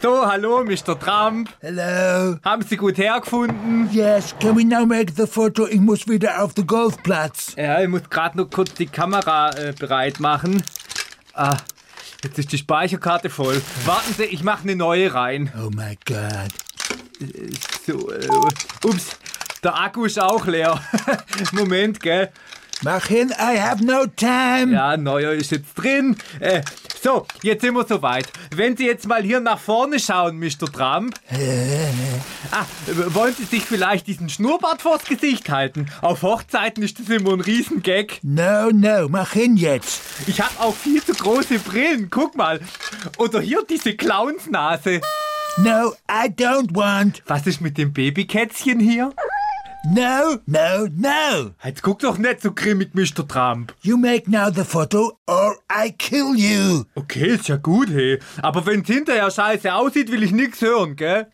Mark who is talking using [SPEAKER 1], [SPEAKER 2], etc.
[SPEAKER 1] So, hallo, Mr. Trump.
[SPEAKER 2] Hello.
[SPEAKER 1] Haben Sie gut hergefunden?
[SPEAKER 2] Yes, can we now make the photo? Ich muss wieder auf den Golfplatz.
[SPEAKER 1] Ja, ich muss gerade nur kurz die Kamera äh, bereit machen. Ah, jetzt ist die Speicherkarte voll. Warten Sie, ich mache eine neue rein.
[SPEAKER 2] Oh my God.
[SPEAKER 1] So, äh, ups, der Akku ist auch leer. Moment, gell?
[SPEAKER 2] Mach hin, I have no time.
[SPEAKER 1] Ja, neuer ist jetzt drin. Äh, so, jetzt sind wir soweit. Wenn Sie jetzt mal hier nach vorne schauen, Mr. Trump. ah, äh, wollen Sie sich vielleicht diesen Schnurrbart vors Gesicht halten? Auf Hochzeiten ist das immer ein Riesengag.
[SPEAKER 2] No, no, mach hin jetzt.
[SPEAKER 1] Ich habe auch viel zu große Brillen. Guck mal. Oder hier diese Clownsnase.
[SPEAKER 2] No, I don't want.
[SPEAKER 1] Was ist mit dem Babykätzchen hier?
[SPEAKER 2] No, no, no.
[SPEAKER 1] Jetzt guck doch nicht so grimmig, Mr. Trump.
[SPEAKER 2] You make now the photo or I kill you.
[SPEAKER 1] Okay, ist ja gut, hey. Aber wenn's hinterher scheiße aussieht, will ich nix hören, gell?